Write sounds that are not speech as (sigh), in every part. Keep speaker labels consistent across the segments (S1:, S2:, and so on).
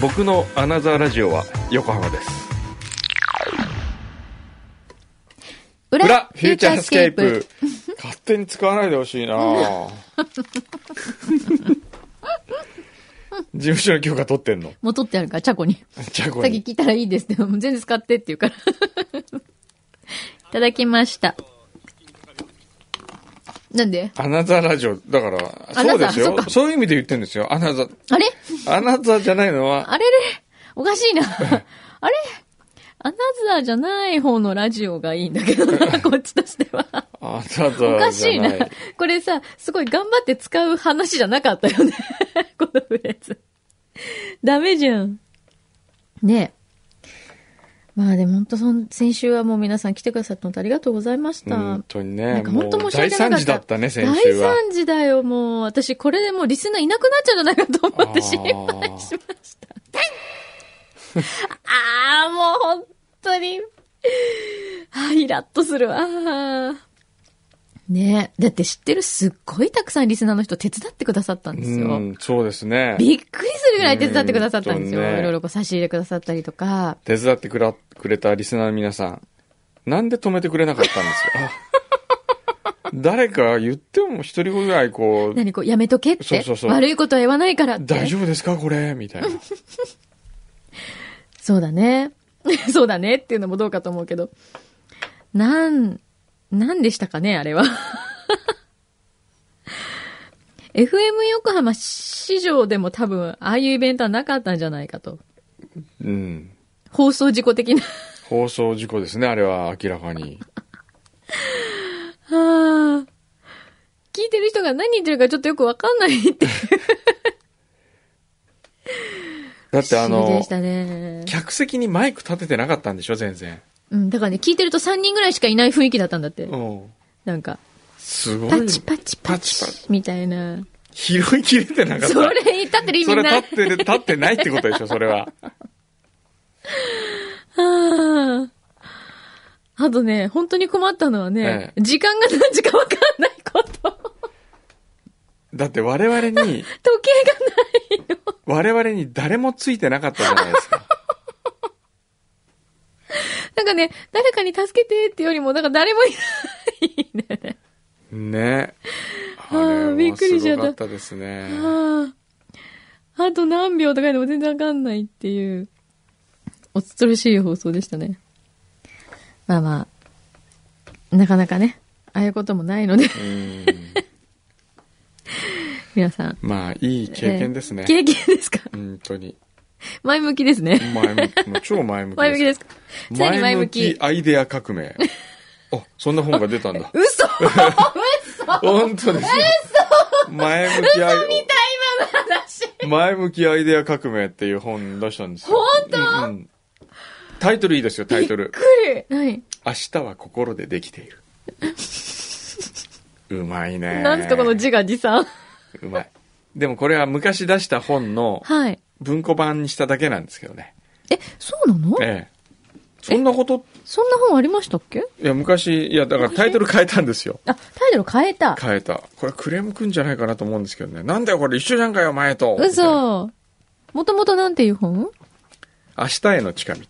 S1: 僕のアナザーラジオは横浜です
S2: 裏
S1: 裏フューチャースケープ勝手に使わないでほし
S2: (laughs)
S1: いな事務所の許可取ってんの
S2: もう取ってあるから、チャコに。
S1: じゃあこ
S2: さっ
S1: れ
S2: き聞いたらいいですって、もう全然使ってって言うから。 (laughs) いただきました。なんで
S1: アナザーラジオだから
S2: ア
S1: そ
S2: ナ
S1: う
S2: ザ
S1: で
S2: ー
S1: す
S2: そ
S1: よ
S2: うか
S1: そういう意味で言ってるんですよアナザー
S2: あれ
S1: アナザーじゃないのは
S2: あれれお
S1: (laughs)
S2: かしいな。あれアナザーじゃない方のラジオがいいんだけ
S1: (laughs)
S2: どな、こっちとしては。
S1: アナザーじゃない
S2: おかしいな。これさ、すごい頑張って使う話じゃなかったよね。 (laughs) このフレーズ。ダメじゃん。ねえ。まあでも本当そん、先週はもう皆さん来てくださったのとありがとうございました。
S1: 本当に
S2: な
S1: ね
S2: んか本当
S1: もう
S2: 申し訳
S1: 大
S2: なかった。
S1: 惨事だったね先週は
S2: 大惨事だよ、もう。私、これでもうリスナーいなくなっちゃうんじゃないかと思って
S1: あー
S2: 心配しました。ああ、もう本当に。あーイラッとするわ。ねえ。だって知ってるすっごいたくさんリスナーの人手伝ってくださったんですよ。
S1: うんそうですね
S2: びっくりするぐらい手伝ってくださったんですよ。
S1: うん本当ね
S2: いろいろこう差し入れくださったりとか。
S1: 手伝ってくらくれたリスナーの皆さん、なんで止めてくれなかったんですかあ誰か (laughs) 言っても一人ぐらいこう、
S2: 何こう、やめとけって。
S1: そうそうそう
S2: 悪いことは言わないからって。
S1: 大丈夫ですかこれみたいな。
S2: そうだね。 (laughs) そうだねっていうのもどうかと思うけど。なん、なんでしたかね、あれは。FM 横浜市場でも多分、ああいうイベントはなかったんじゃないかと。
S1: うん。
S2: 放送事故的な。 (laughs)
S1: 放送事故ですね、あれは明らかに。
S2: はあ聞いてる人が何言ってるかちょっとよくわかんないって。
S1: だってあ
S2: 不思議で
S1: の
S2: し、たね。
S1: 客席にマイク立ててなかったんでしょ全然。
S2: うん、だからね、聞いてると3人ぐらいしかいない雰囲気だったんだって。
S1: うん。
S2: なんか、
S1: すご
S2: パ
S1: い。
S2: チパチパチ
S1: パチ
S2: みたいな。
S1: 拾いきれてなかった。
S2: それ言ったってる意
S1: そ
S2: 味
S1: れ
S2: ない。
S1: 立ってる、立ってないってことでしょそれは。
S2: ああ。あとね、本当に困ったのはね、
S1: え
S2: 時間が何時かわかんないこと。 (laughs)
S1: だって我々に、
S2: 時計がないの。
S1: 我々に誰もついてなかったじゃないですか。
S2: なんかね、誰かに助けてってよりも、なんか誰もいないんだよね。
S1: ね。
S2: あーびっくりしちゃった
S1: あれはすごかったですね。
S2: ああ。あと何秒とかでも全然わかんないっていう、恐ろしい放送でしたね。まあまあ、なかなかね、ああいうこともないので、
S1: うん
S2: 皆さん。
S1: まあ、いい経験ですね。
S2: えー経験ですか
S1: 本当に。
S2: 前向きですね。
S1: 前向き、もう超前向きです。
S2: 前向きですか常に前
S1: 前
S2: 向
S1: 向
S2: き
S1: きアイデア革
S2: (laughs)
S1: 命。あ、そんな本が出たんだ。
S2: 嘘 (laughs)
S1: (laughs) 本当ですよ。前向きアイ前向きアイデア革命っていう本出したんですよ。
S2: 本当
S1: うんうんタイトルいいですよ、タイトル。
S2: びっくり。はい。
S1: 明日は心でできている。
S2: (laughs)
S1: うまいね。
S2: なんすかこの自画自賛。
S1: うまい。でもこれは昔出した本の
S2: はい。
S1: 文庫版にしただけなんですけどね。
S2: え、そうなの
S1: ええ。そんなこと、
S2: そんな本ありましたっけ
S1: いや、昔、いや、だからタイトル変えたんですよ。
S2: あ、タイトル変えた。
S1: 変えた。これクレームくんじゃないかなと思うんですけどね。なんだよ、これ一緒じゃんかよ、前と。みたいな
S2: 嘘。もともとなんていう本
S1: 明日への近道。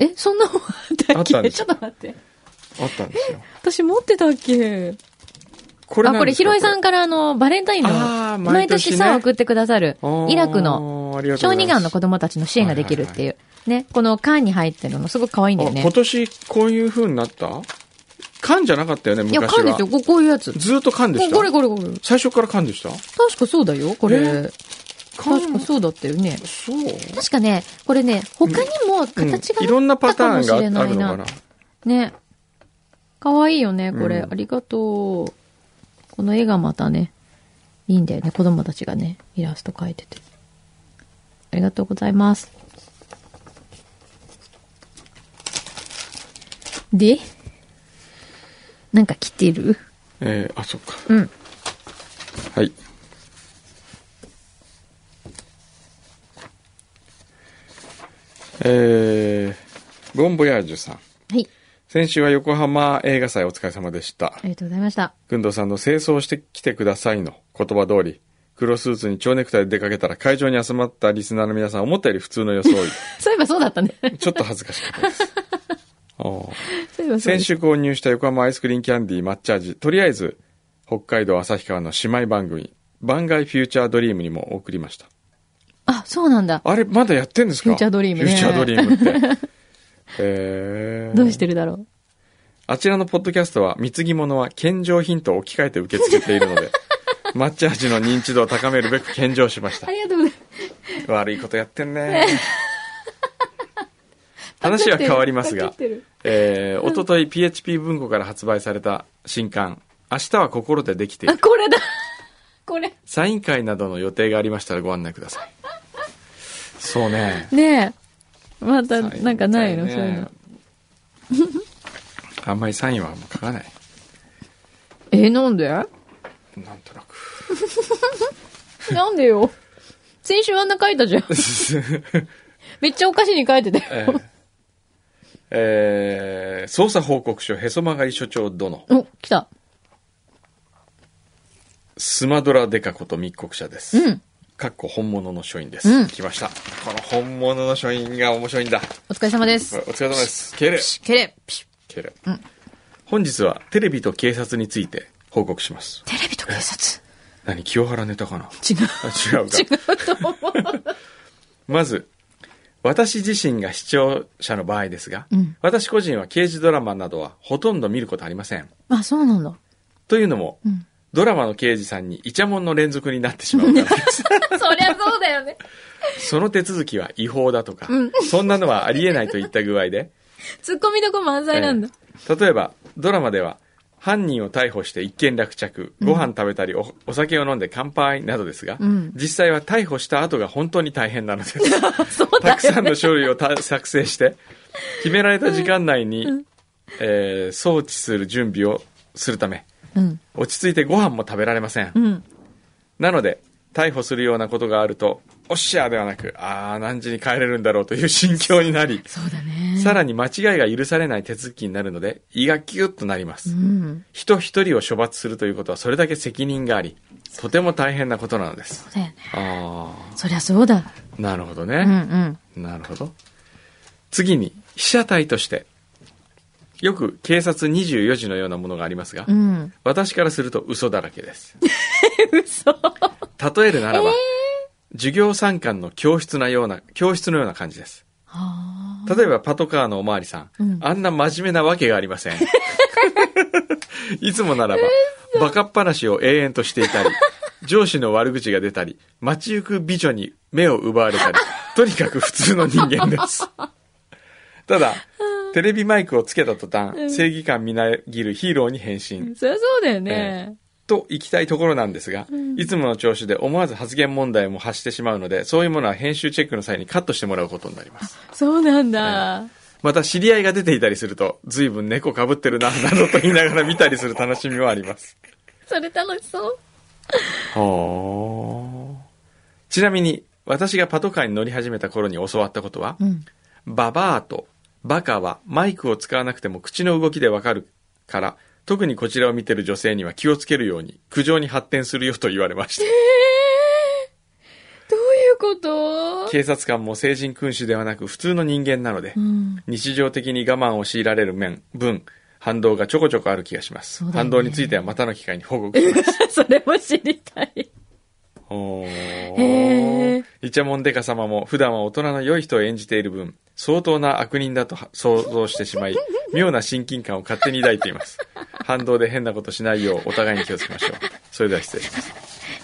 S2: え、そんな本あった
S1: あっ
S2: っ
S1: たん
S2: け
S1: です
S2: ちょ
S1: よ
S2: っと待って。
S1: あったんですよ。
S2: 私持ってたっけ
S1: これ
S2: あ、これ、ひろいさん
S1: が
S2: からあの、バレンタインの、
S1: あー
S2: 毎
S1: 毎年
S2: 年
S1: ね
S2: さ、送ってくださる、イラクの、小児がんの子供たちの支援ができるっていう。ね、この缶に入ってるのすごく可愛いんだよね。
S1: 今年こういう風になった缶じゃなかったよね、
S2: いや、
S1: 昔は。
S2: 缶ですよ。こうこういうやつ。こ
S1: ずーっと缶でし
S2: これ
S1: た。
S2: これこれ。
S1: 最初から缶でした
S2: 確かそうだよ、これ
S1: え。
S2: 確かそうだったよね。
S1: そう
S2: 確かね、これね、他にも形
S1: うんいろ
S2: が
S1: ん
S2: あ
S1: な
S2: った
S1: パタ
S2: かもし
S1: ー
S2: れ
S1: ンがあ
S2: な
S1: ある
S2: い
S1: の
S2: な。
S1: かな。
S2: ね。かわいいよね、これ。
S1: うん
S2: ありがとう。この絵がまたね、いいんだよね。子供たちがね、イラスト描いてて。ありがとうございます。でなんか来てる
S1: えー、あ、そっか。
S2: うん。
S1: はい。えー、ボンボヤージュさん。
S2: はい。
S1: 先週は横浜映画祭お疲れ様でした
S2: あ。りがとうございました。
S1: くんどうさんの清掃してきてくださいの言葉通り、黒スーツに蝶ネクタイで出かけたら会場に集まったリスナーの皆さん思ったより普通の装い。
S2: そういえばそうだったね。
S1: ちょっと恥ずかしかった
S2: (laughs)
S1: です。おー
S2: そういえばそう
S1: (laughs)
S2: だ
S1: 先週購入した横浜アイスクリーンキャンディー抹茶味、とりあえず北海道旭川の姉妹番組、番外フューチャードリームにも送りました。
S2: あ、そうなんだ。
S1: あれ、まだやってんですか
S2: フューチャードリームね
S1: フューチャードリーム
S2: (laughs)
S1: って。えー、
S2: どうしてるだろ
S1: あちらのポッドキャストは、貢ぎ物は献上品と置き換えて受け付けているの
S2: (laughs)
S1: で、抹茶味の認知度を高めるべく献上しまし
S2: う。
S1: た
S2: あ。りがとうございます。
S1: 悪いことやってんね。
S2: (laughs)
S1: 話は変わりますが
S2: パ、クってる
S1: えー、おととい PHP 文庫から発売された新刊、明日は心でできてい
S2: あ、
S1: る。
S2: これだ。 (laughs) これ。
S1: サイン会などの予定がありましたらご案内ください。そうね。
S2: ねえ。また、なんかないの、
S1: サイン
S2: そう
S1: 会
S2: い
S1: ね
S2: うの。
S1: (laughs) あんまりサインは書かない。
S2: えなんで
S1: なんとな
S2: (laughs)
S1: く。
S2: なんでよ。先週あんな書い
S1: (laughs)
S2: たじゃん。めっちゃお菓子に書いてた
S1: え
S2: よ。
S1: ーえー捜査報告書へそ曲がり所長殿
S2: お、来た。
S1: スマドラデカこと密告者です、
S2: うん。
S1: かっこ本物の書院です、
S2: うん
S1: 来ましたこの本物の書院が面白いんだ
S2: お疲れ様で
S1: お
S2: す。
S1: 疲れ様ですケレ
S2: けれ、ピシ
S1: ケレ、
S2: うん
S1: 本日はテレビと警察について報告します
S2: テレビと警察。
S1: 何清原ネタかな
S2: 違う。
S1: あ (laughs) 違うか
S2: 違うと思う。
S1: まず私自身が視聴者の場合ですが、
S2: うん
S1: 私個人は刑事ドラマなどはほとんど見ることありません
S2: あ、そうなんだ。
S1: というのも
S2: うん。
S1: ドラマの刑事さんにイチャモンの連続になってしまうから
S2: (laughs)
S1: です。
S2: (laughs) そりゃそうだよね。
S1: その手続きは違法だとか、
S2: うん
S1: そんなのはありえないといった具合で、
S2: ツッコミどこ満載なんだ。
S1: えー例えばドラマでは犯人を逮捕して一件落着、ご飯食べたりおお酒を飲んで乾杯などですが、
S2: うん
S1: 実際は逮捕した後が本当に大変なのです。
S2: (laughs) そう
S1: た
S2: だよ
S1: く
S2: ね。
S1: さんの書類をた作成して、決められた時間内に、えー送致する準備をするため、
S2: うん。
S1: 落ち着いてご飯も食べられません。
S2: うん。
S1: なので、逮捕するようなことがあると、おっしゃーではなく、あー、何時に帰れるんだろうという心境になり、
S2: そうだね。
S1: さらに間違いが許されない手続きになるので、胃がキュッとなりま
S2: う
S1: す。
S2: ん。
S1: 人一人を処罰するということは、それだけ責任があり、とても大変なことなのです。
S2: そうだよね。
S1: あ
S2: そりゃそうだ。
S1: ー、なるほど
S2: うんう
S1: ね。
S2: ん。
S1: なるほど。次に、被写体として、よく警察24時のようなものがありますが
S2: う、ん。
S1: 私からすると嘘だらけです。
S2: (laughs) 嘘。
S1: 例えるならば、授業参観の教室なような、教室のような感じです。
S2: あ
S1: 例えばパトカーのおまわりさん、
S2: うん
S1: あんな真面目なわけがありま
S2: (laughs)
S1: せん。いつもならば、バカっ話を永遠としていたり、上司の悪口が出たり、街行く美女に目を奪われ
S2: (laughs)
S1: たり、とにかく普通の人間です。ただ、テレビマイクをつけた途端、
S2: うん
S1: 正義感みなぎるヒーローに変身。
S2: ーそりゃそうだよね。
S1: と行きたいところなんですが、
S2: ん
S1: いつもの調子で思わず発言問題も発してしまうので、そういうものは編集チェックの際にカットしてもらうことになります。
S2: そうなんだ。
S1: また知り合いが出ていたりすると、随分猫被ってるな、などと言いながら見たりする楽しみもあります。
S2: それ楽しそう。
S1: ちなみに、私がパトカーに乗り始めた頃に教わったことは、
S2: うん。
S1: ババアとバカはマイクを使わなくても口の動きでわかるから、特にこちらを見てる女性には気をつけるように、苦情に発展するよと言われました。
S2: ええー。どういうこと
S1: 警察官も成人君主ではなく普通の人間なので、
S2: (laughs) うん。
S1: 日常的に我慢を強いられる面分反動がちょこちょこある気がします、
S2: そうだよ
S1: 反
S2: ね
S1: 動についてはまたの機会に報告します
S2: それも知りたい。
S1: おー
S2: へー
S1: イチャモンデカ様も普段は大人の良い人を演じている分相当な悪人だとは想像してし
S2: (laughs)
S1: まい妙な親近感を勝手に抱いています反動で変なことしないようお互いに気をつけましょうそれでは失礼します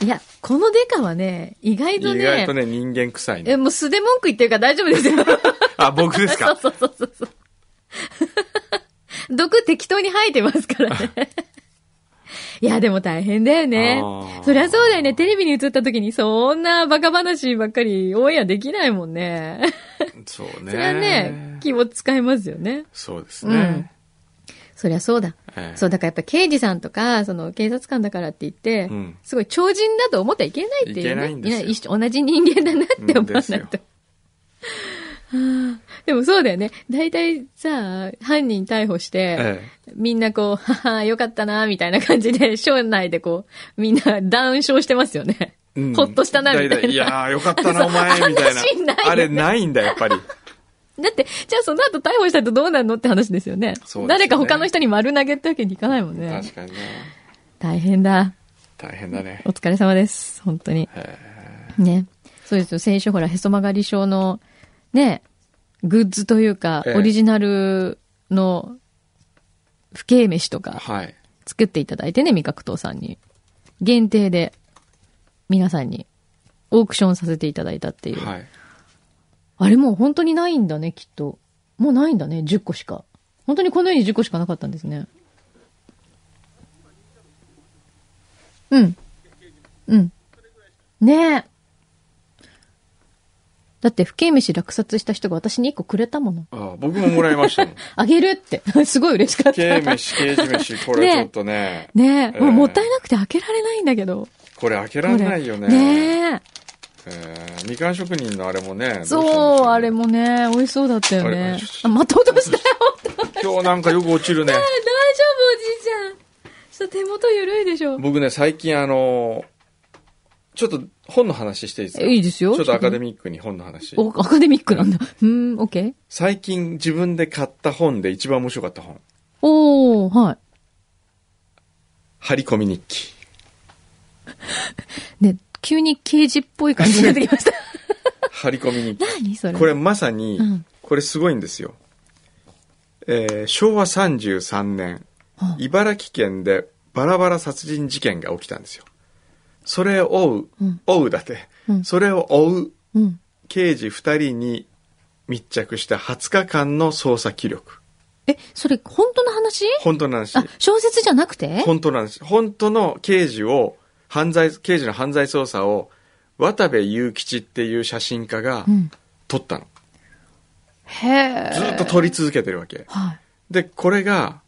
S2: いや、このデカはね、意外
S1: 意
S2: とね、
S1: 外とね人間臭い
S2: え、
S1: ね
S2: もう素で文句言ってるから大丈夫ですよ。
S1: あ僕ですか
S2: そうそうそう (laughs) そう。毒適当に吐いてますから (laughs) ね。いや、でも大変だよね
S1: あー。
S2: そりゃそうだよね。テレビに映った時にそんなバカ話ばっかりオンエアできないもんね。
S1: そうね
S2: そりゃね、気を使いますよね。
S1: そうですね、
S2: そりゃそうだ。
S1: ええ
S2: そう、だからやっぱ刑事さんとか、その警察官だからって言って、
S1: うん
S2: すごい超人だと思ってはいけないっていう、ね。
S1: いけないんですよ
S2: や一緒同じ人間だなって思わない
S1: うん
S2: と。はあ (laughs) でもそうだよね。大体さ、犯人逮捕して、
S1: ええ
S2: みんなこう、 (laughs) はは、よかったな、みたいな感じで、省内でこう、みんな談笑してますよね。
S1: うん
S2: ほっとしたな、みた
S1: だ
S2: い
S1: だい
S2: な。
S1: やーよかったな、お前、みたいな
S2: 話ないよね。
S1: あれないんだ、やっぱり。
S2: だって、じゃあその後逮捕したとどうなるのって話ですよね。
S1: そうですね
S2: 誰か他の人に丸投げってわけにいかないもんね。
S1: 確かにね。
S2: 大変だ。
S1: 大変だね
S2: お。疲れ様です。本当に。ね。そうですよ。先週ほら、へそ曲がり症の、ね、グッズというか、
S1: ええ
S2: オリジナルの、不景飯とか、
S1: はい。
S2: 作っていただいてね、味覚糖さんに。限定で、皆さんに、オークションさせていただいたっていう。
S1: はい。
S2: あれもう本当にないんだね、きっと。もうないんだね、10個しか。本当にこの世に10個しかなかったんですね。うん。うん。ねえ。だって、不敬飯落札した人が私に1個くれたもの。
S1: あー僕ももらいましたもん。
S2: あげるって。 (laughs) すごい嬉しかっ
S1: 刑
S2: た。
S1: 飯、刑事飯、これちょっとね、
S2: ねえ、も
S1: え
S2: う
S1: え
S2: もったいなくて開けられないんだけど。
S1: これ開けられないよね。
S2: ね
S1: えーみかん職人のあれもね
S2: え。、そう、あれ
S1: も。
S2: もね、美味しそうだったよ
S1: あ
S2: ね
S1: れ。
S2: あ、また落としたよ。
S1: 今日なんかよく落ちるね。
S2: 大丈夫おじいちゃん。ちょっと手元緩いでしょ。
S1: 僕ね、最近あの、ちょっと本の話していいですか
S2: えいいですよ
S1: ちょっとアカデミックに本の話。
S2: お、アカデミックなんだ。うーん、オッケー。
S1: 最近自分で買った本で一番面白かった本。
S2: おー、は
S1: 張り込み日記。
S2: い。ね、急に刑事っぽい感じになってき (laughs) ました。
S1: 張り込み日記。
S2: (laughs) 何それ。
S1: これまさに、
S2: うん
S1: これすごいんですよ。えー昭和33年、
S2: はあ
S1: 茨城県でバラバラ殺人事件が起きたんですよ。それを追う、
S2: うん
S1: 追うだって、
S2: うん
S1: それを追う
S2: うん。
S1: 刑事二人に密着した20日間の捜査記録。
S2: え、それ、本当の話
S1: 本当の話
S2: あ。、小説じゃなくて
S1: 本当の話。本当の刑事を、犯罪、刑事の犯罪捜査を、渡部雄吉っていう写真家が
S2: うん。
S1: 撮ったの。
S2: へえ。
S1: ずっと撮り続けてるわけ。
S2: はい。
S1: で、これが、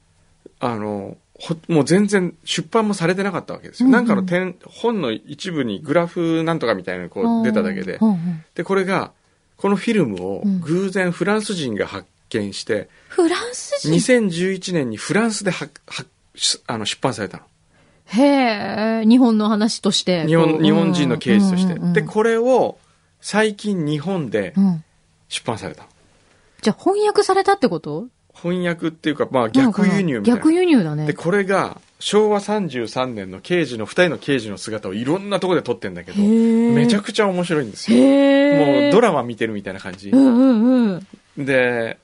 S1: あの、ほもう全然出版もされてなかったわけですよ。
S2: うんうん
S1: なんかの点、本の一部にグラフなんとかみたいなのこう出ただけで
S2: う。んうん
S1: で、これが、このフィルムを
S2: うん
S1: 偶然フランス人が発見して、
S2: フランス人
S1: 2011年にフランスでははしあの出版された
S2: へえ。日本の話として。
S1: の。日
S2: こ
S1: 本
S2: う
S1: 日本人の刑事として。
S2: うんうんうん
S1: で、これを最近日本で
S2: うん。
S1: 出版されたの。
S2: じゃあ翻訳されたってこと
S1: 翻訳っていうか、まあ逆輸入みたいな。
S2: 逆輸入だね
S1: で、。これが昭和33年の刑事の、二人の刑事の姿をいろんなところで撮ってんだけど、
S2: へえ。
S1: めちゃ
S2: く
S1: くちゃ面白いんですよ。
S2: へえ。
S1: もうドラマ見てるみたいな感じ
S2: う。んうんうん。
S1: で、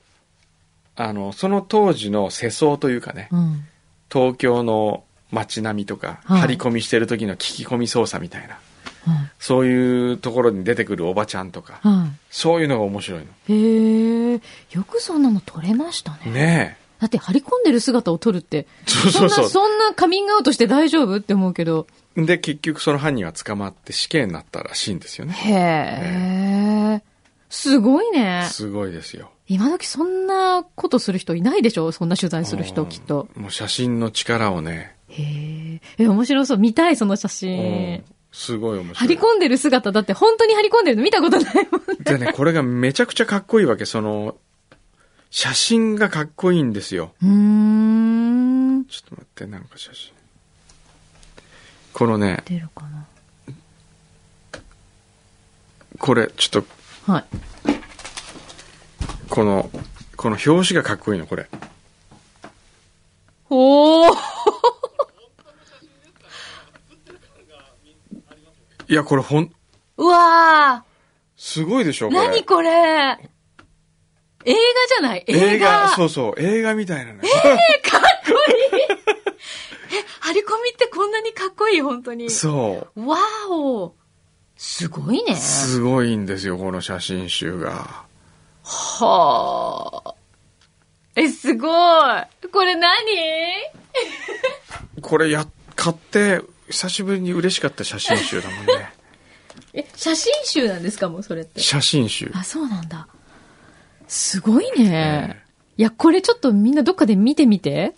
S1: あの、その当時の世相というかね、
S2: うん。
S1: 東京の街並みとか、
S2: はい
S1: 張り込みしてる時の聞き込み捜査みたいな、
S2: はい
S1: そういうところに出てくるおばちゃんとか、
S2: は
S1: そういうのが面白い
S2: い。へえ。よくそんなの撮れましたね。
S1: の。ね
S2: だって張り込んでる姿を撮るって、
S1: え。そうそう
S2: そん
S1: そ
S2: な、そんなカミングアウトして大丈夫って思うけど。
S1: う。で、結局その犯人は捕まって死刑になったらしいんですよね。
S2: へえ。すごいね。
S1: すごいですよ。
S2: 今時そんなことする人いないでしょそんな取材する
S1: う
S2: 人、
S1: ん
S2: きっと。
S1: もう写真の力をね、
S2: へえ。え、面白そう。見たい、その写
S1: う
S2: 真
S1: ん。すごい面
S2: 張
S1: 白
S2: り
S1: い。
S2: 込んでる姿、だって本当に張り込んでるの見たことないもん。
S1: でね、これがめちゃくちゃかっこいいわけ。その、写真がかっこいいんですよ。
S2: うーん。
S1: ちょっと待って、なんか写真。このね、
S2: 出るかな。
S1: これ、ちょっと、
S2: はい。
S1: この、この表紙がかっこいいの、これ。
S2: おー (laughs)
S1: いや、これほん、
S2: うわ
S1: すごいでしょ、
S2: ー
S1: これ。
S2: 何これ映画じゃない映画
S1: 映画
S2: (laughs)
S1: そうそう、映画みたいなね。
S2: 張り込みってこんなにかっこいい、本当に。
S1: そ
S2: わーおすごいね
S1: う。。すごいんですよ、この写真集が。
S2: はあ。え、すごいこれ何
S1: これや、買って、久しぶりに嬉しかった写真集だもん
S2: (laughs)
S1: ね。
S2: え、写真集なんですかもうそれって。
S1: 写真集。
S2: あ、そうなんだ。すごいね。
S1: え
S2: いや、これちょっとみんなどっかで見てみて。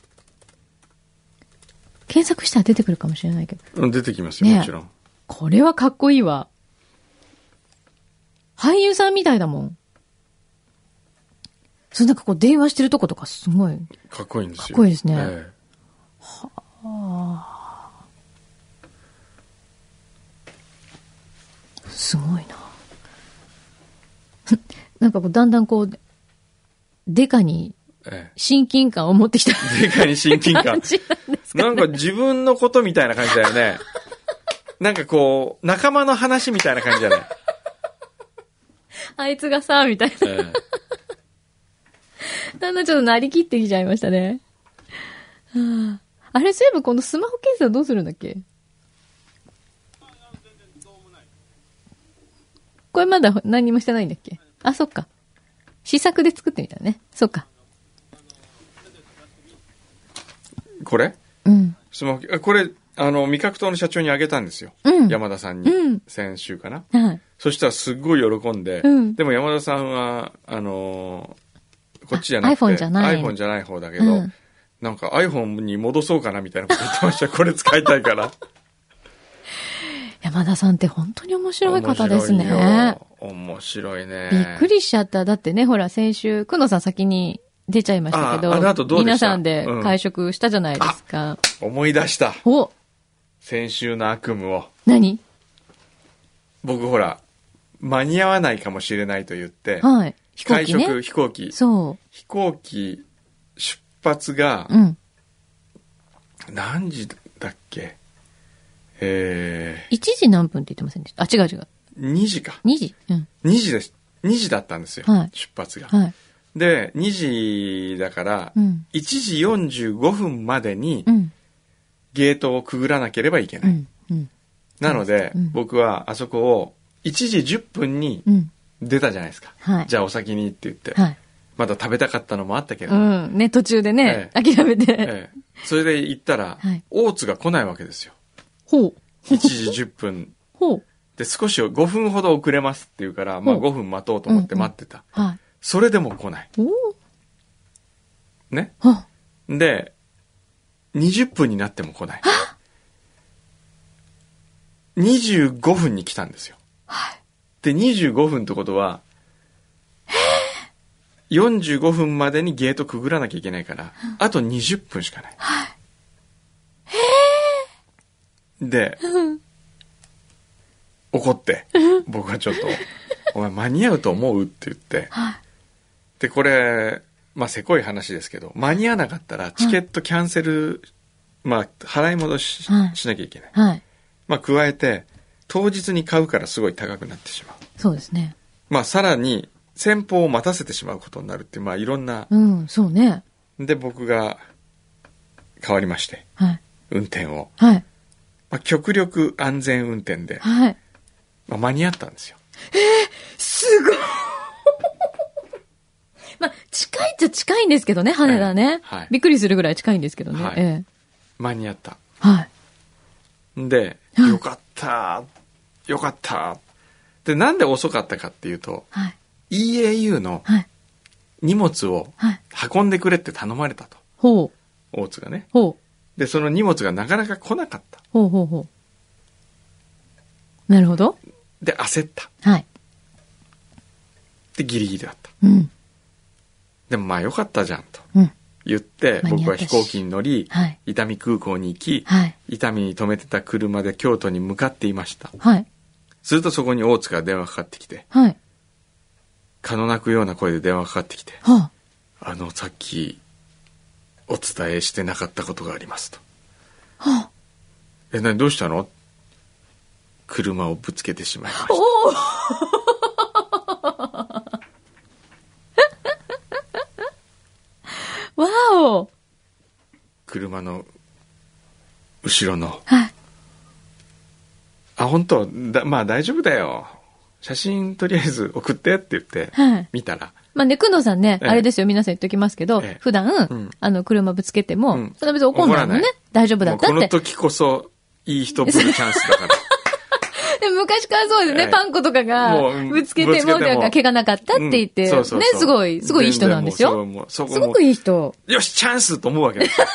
S2: 検索したら出てくるかもしれないけど。
S1: え出てきますよ、
S2: ねえ
S1: もちろん。
S2: これはかっこいいわ。俳優さんみたいだもん。そう、なんかこう電話してるとことかすごい。
S1: かっこいいんですよ。
S2: かっこいいですね
S1: え
S2: すごいな。 (laughs) なんかこう、だんだんこう、デカに
S1: え
S2: 親近感を持ってきた
S1: え。でかに親近感
S2: (laughs) 感。じなんですか
S1: なんか自分のことみたいな感じだよね。なんかこう、仲間の話みたいな感じじゃ
S2: (laughs)
S1: ない、
S2: あいつがさ、みたいな。
S1: え
S2: だんだんちょっとなりきってきちゃいましたね。はああれ、そういえばこのスマホ検査どうするんだっけこれまだ何もしてないんだっけあ、そっか。試作で作ってみたね。そっか。
S1: えこれ
S2: うん。
S1: スマホ、あこれ、あの、味覚党の社長にあげたんですよ。
S2: うん
S1: 山田さんに、
S2: うん
S1: 先週かな。
S2: はい。
S1: そしたらすっごい喜んで、
S2: うん
S1: でも山田さんは、あのーこっちじゃなくて、
S2: あ iPhone じゃない
S1: iPhone じゃない方だけど、
S2: うん
S1: なんか iPhone に戻そうかなみたいなこと言ってました。これ使いたいから。
S2: 山田さんって本当に面白い方です
S1: 面白い
S2: ね。
S1: よ。面白いね。
S2: びっくりしちゃった。だってね、ほら、先週、くのさん先に出ちゃいましたけど、
S1: ああの後どうで
S2: 皆
S1: した
S2: さんで会食したじゃないですか。
S1: 思い出した。
S2: お
S1: 先週の悪夢を。
S2: 何
S1: 僕ほら、間に合わないかもしれないと言って、
S2: はい。飛行
S1: 会
S2: 機
S1: 食、
S2: ね。
S1: 飛行機。
S2: そ
S1: 飛行機出発が
S2: う。うん。
S1: 何時だっけえ
S2: 1時何分って言ってませんでした。あ、違う違う。
S1: ー、2時か。
S2: 2時。うん。
S1: 2時です。2時だったんですよ。
S2: はい
S1: 出発が。
S2: はい。
S1: で、2時だから、
S2: うん。
S1: 1時45分までに
S2: うん。
S1: ゲートをくぐらなければいけ
S2: う
S1: ない。
S2: ん。うん。
S1: なので、
S2: うん
S1: 僕はあそこを1時10分に
S2: うん。
S1: 出たじゃないですか。
S2: はい。
S1: じゃあお先にって言って、
S2: はい。
S1: まだ食べたかったのもあったけれ
S2: う
S1: ど、
S2: ん。ね、途中でね、諦めて。
S1: ええそれで行ったら、
S2: はい
S1: 大津が来ないわけですよ。
S2: ほう。
S1: 1時10分。
S2: ほう。
S1: で、少し5分ほど遅れますって言うから、まあ
S2: ほう
S1: 5分待とうと思って待ってた。
S2: はい。
S1: それでも来ない。
S2: おー
S1: ね。
S2: あ、
S1: で、20分になっても来ない。25分に来たんですよ。で、25分ってことは、45分までにゲートくぐらなきゃいけないから、あと20分しかない。で、
S2: うん。
S1: 怒って、僕はちょっと、お前間に合うと思うって言って、
S2: は
S1: で、これ、まあ、せこい話ですけど、間に合わなかったら、チケットキャンセル、まあ、払い戻し、
S2: はい
S1: しなきゃいけない。
S2: い。はい。
S1: まあ、加えて、当日に買うからすごい高くなってしまう。
S2: そうですね。
S1: まあ、さらに、先方を待たせてしまうことになるっていう、まあ、いろんな、
S2: うん。そうね。
S1: で、僕が、変わりまして、
S2: はい。
S1: 運転を。
S2: はい。
S1: まあ、極力安全運転で、
S2: はい。
S1: まあ、間に合ったんですよ。
S2: すごい (laughs) まあ、近いっちゃ近いんですけどね、羽田ね。
S1: ええはい
S2: びっくりするぐらい近いんですけどね。
S1: はい
S2: ええ
S1: 間に合った。
S2: はい。
S1: で、
S2: はい
S1: よかった、よかった。で、なんで遅かったかっていうと、
S2: はい。
S1: EAU の
S2: はい。
S1: 荷物を
S2: はい。
S1: 運んでくれって頼まれたと。
S2: ほう。
S1: 大津がね。
S2: ほう。
S1: で、その荷物がなかなか来なかった。
S2: ほうほうほう。なるほど。
S1: で、焦った。
S2: はい。
S1: で、ギリギリだった。
S2: うん。
S1: でもまあよかったじゃんと
S2: うん。
S1: 言って、
S2: 間に
S1: 僕
S2: 合
S1: は
S2: ったし
S1: 飛行機に乗り、
S2: はい。
S1: 伊丹空港に行き、
S2: はい。
S1: 伊丹に止めてた車で京都に向かっていました。
S2: はい。
S1: するとそこに大津から電話かかってきて、
S2: はい。
S1: 可のなくような声で電話かかってきて、
S2: は
S1: あの、さっき、お伝えしてなかったことがありますと。
S2: あ。はあ。
S1: え、何どうしたの車をぶつけてしまいました。
S2: おお (laughs) わお
S1: 車の後ろの。
S2: はい。
S1: あ、本当だ、まあ大丈夫だよ。写真とりあえず送ってって言って、
S2: はい。
S1: 見たら、
S2: まあね、くんのさんね、
S1: ええ
S2: あれですよ、皆さん言っときますけど、
S1: ええ
S2: 普段、
S1: うん
S2: あの、車ぶつけても、
S1: うん
S2: それは別に怒んないの
S1: 怒ら
S2: ね
S1: ない。
S2: 大丈夫だ
S1: も
S2: っ
S1: う
S2: た
S1: こ
S2: っ
S1: の
S2: て。
S1: 時こそいい人ぶるチャンスだ
S2: (laughs)
S1: から。
S2: で昔からそうですね、
S1: ええ
S2: パン粉とか
S1: も
S2: が
S1: ううん
S2: ぶつけても、
S1: ぶつけても
S2: なんか毛がなかったって言って、
S1: うんそうそうそう
S2: ね、すごい、すごいいい人なんですよ。
S1: 全然もうそこ
S2: す
S1: も
S2: ごくいい人。
S1: よし、チャンスと思うわけ
S2: (laughs)
S1: ですよ。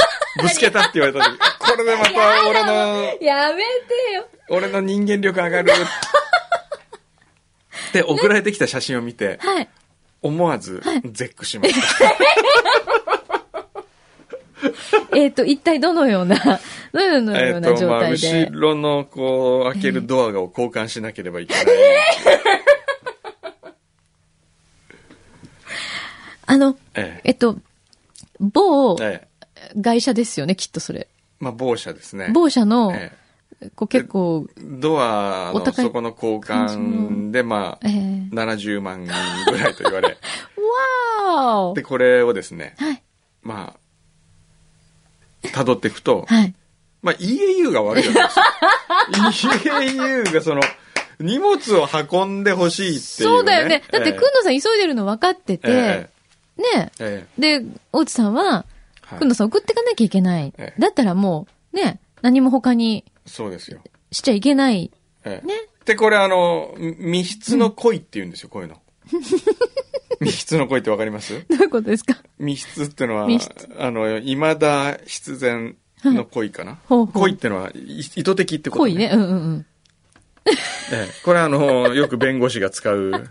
S1: ぶつけたって言われた時、これでまた俺の、
S2: やめてよ。
S1: 俺の人間力上が
S2: (laughs)
S1: る。で、送られてきた写真を見て、
S2: はい。
S1: 思わず絶句しま
S2: (laughs)
S1: した。
S2: えっ、と、一体どのような (laughs) のの
S1: え
S2: よ
S1: っ、
S2: うな
S1: と、
S2: 状
S1: まあ、
S2: 態で。
S1: 後ろの、こう、開けるドアを交換しなければいけない。
S2: あの、
S1: ええ
S2: えっと、某
S1: ええ
S2: 外車ですよね、きっとそれ。
S1: まあ、某社ですね。
S2: 某社の、
S1: ええ
S2: こう結構、
S1: ドア
S2: お
S1: の
S2: 高い
S1: そこの交換で、まあ、
S2: えー、
S1: 70万ぐらいと言
S2: (laughs)
S1: われ。
S2: わーお
S1: で、これをですね、
S2: はい、
S1: まあ、辿っていくと、
S2: はい。
S1: まあ、EAU が悪いじゃないですか。EAU がその、荷物を運んでほしいっていう、ね。
S2: そうだよね。だって、く
S1: え
S2: んのさん急いでるの分かって
S1: ええ
S2: て、ね
S1: えええ
S2: で、大津さんは、
S1: えはい
S2: くんのさん送ってかなきゃいけない
S1: え。え
S2: だったらもう、ね、何も他に
S1: そうですよ。
S2: しちゃいけない。
S1: ええ
S2: ね。
S1: で、これあの、密室の恋って言うんですよ、こういう
S2: (laughs)
S1: の。密室の恋ってわかります
S2: どういうことですか
S1: 密室ってのは
S2: 密室、
S1: あの、今田必然の恋かな、
S2: (laughs) ほうほう
S1: 恋ってのは、い意図的ってこと、
S2: 恋ね。。うんうんうん。
S1: ええ、これはあの、 (laughs) よく弁護士が使う。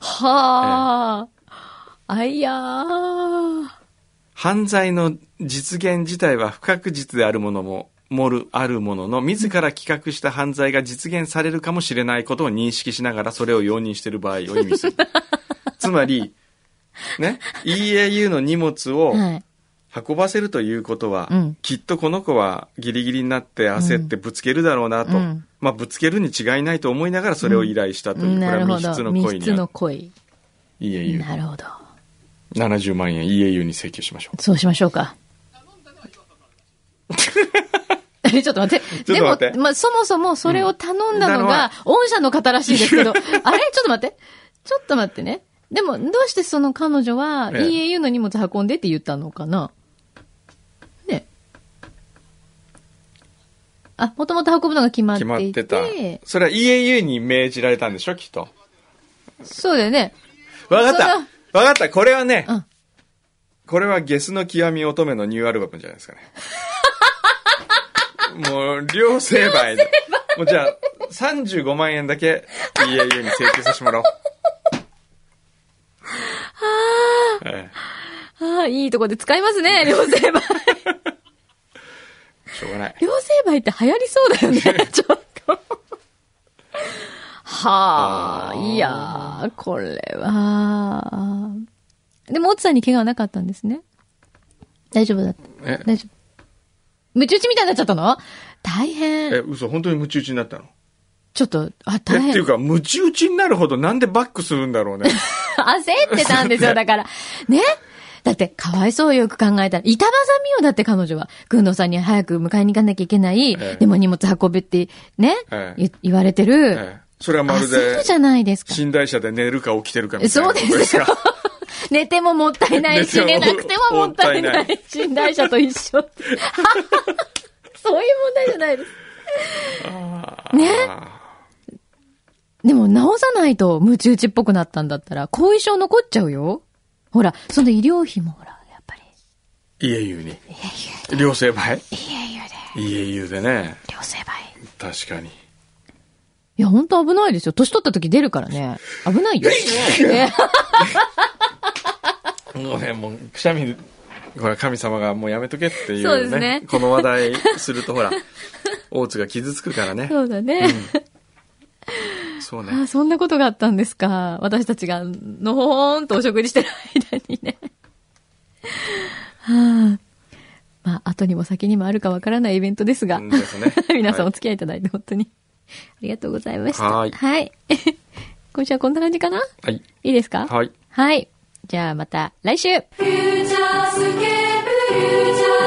S2: はあ。あいやー。
S1: 犯罪の実現自体は不確実であるものも、もる、あるものの、自ら企画した犯罪が実現されるかもしれないことを認識しながら、それを容認している場合を意味する。つまり、
S2: (laughs)
S1: ね、EAU の荷物を
S2: はい。
S1: 運ばせるということは、
S2: うん
S1: きっとこの子はギリギリになって焦ってぶつけるだろうなと、
S2: うん
S1: まあぶつけるに違いないと思いながらそれを依頼したという、こ
S2: な
S1: れ
S2: る
S1: は
S2: ほ
S1: 密
S2: ど
S1: 室。の
S2: 密
S1: 恋に
S2: 室
S1: あ
S2: の
S1: る
S2: 恋。
S1: EAU
S2: なるほど。
S1: 70万円 EAU に請求しましょう
S2: そうしましょうか。 (laughs) え、ちょっと待って。
S1: ちょっと
S2: でも
S1: 待って、
S2: まあ、そもそもそれを頼んだのが、御社の方らしいです (laughs) けど、あれちょっと待って。ちょっと待ってね。でも、どうしてその彼女は
S1: ええ
S2: EAU の荷物運んでって言ったのかなね。あ、もともと運ぶのが決まって
S1: 決まっ
S2: いて。
S1: てたそれは EAU に命じられたんでしょきっと
S2: そうだよね。
S1: わかっ
S2: そう
S1: たわかったこれはね、
S2: うん
S1: これはゲスの極み乙女のニューアルバムじゃないですかね (laughs) もう両成敗でもうじゃあ35万円だけ EAU に請求させてもらおうええ
S2: ああ、いいとこで使いますね、両成敗。
S1: しょうがない
S2: 両成敗って流行りそうだよね、
S1: (laughs)
S2: ちょっと。はあ、
S1: あー
S2: いやー、これは。でも、奥さんに怪我はなかったんですね。大丈夫だった。
S1: え
S2: 大丈夫。夢中打ちみたいになっちゃったの大
S1: え
S2: 変。
S1: 嘘本当にムチ打ちになったの
S2: ちょっと、あ、
S1: え
S2: 大
S1: ってい
S2: 変。
S1: うかムチ打ちになるほどなんでバックするんだろうね
S2: (laughs) 焦ってたんですよ、だから。ねだって、かわいそうよよく考えたら。板挟みよ、だって彼女は。軍のさんに早く迎えに行かなきゃいけない。
S1: ええ
S2: でも荷物運べって、ね、
S1: ええ
S2: 言言われてる。
S1: ええそれはまる
S2: 焦
S1: で
S2: るじゃないですか。
S1: 寝台車で寝るか起きてるかみたい
S2: そ
S1: な
S2: うですよ
S1: ことか。
S2: 寝てももったいないし、寝
S1: 寝ても
S2: なくてももったいな
S1: もった
S2: い。寝台車と一緒。そういう問題じゃないです。ね
S1: あ
S2: でも治さないとムチ打ちっぽくなったんだったら、後遺症残っちゃうよ。ほら、その医療費もほら、やっぱり。
S1: ー EAU に。両成敗
S2: いえいえで、
S1: ?EAU でね。
S2: 両成敗。
S1: 確かに。
S2: いや、ほんと危ないですよ。年取った時出るからね。危ないよ。ね
S1: もうね、もう、くしゃみ、これ神様がもうやめとけっていうね。
S2: そうですね
S1: この話題するとほら、大津が傷つくからね。
S2: そうだね。
S1: そう
S2: ああ
S1: ね。
S2: そんなことがあったんですか。私たちが、のほーんとお食事してる間にね。はあ。まあ、後にも先にもあるかわからないイベントですが、
S1: ですね
S2: (laughs) 皆さん
S1: はい
S2: お付き合いいただいて本当に。ありがとうございました。
S1: はい
S2: はい。今週はこんな感じかな
S1: はい。
S2: いいですか
S1: はい。
S2: はい。じゃあまた来週
S3: 「フューチャースケープフューチャー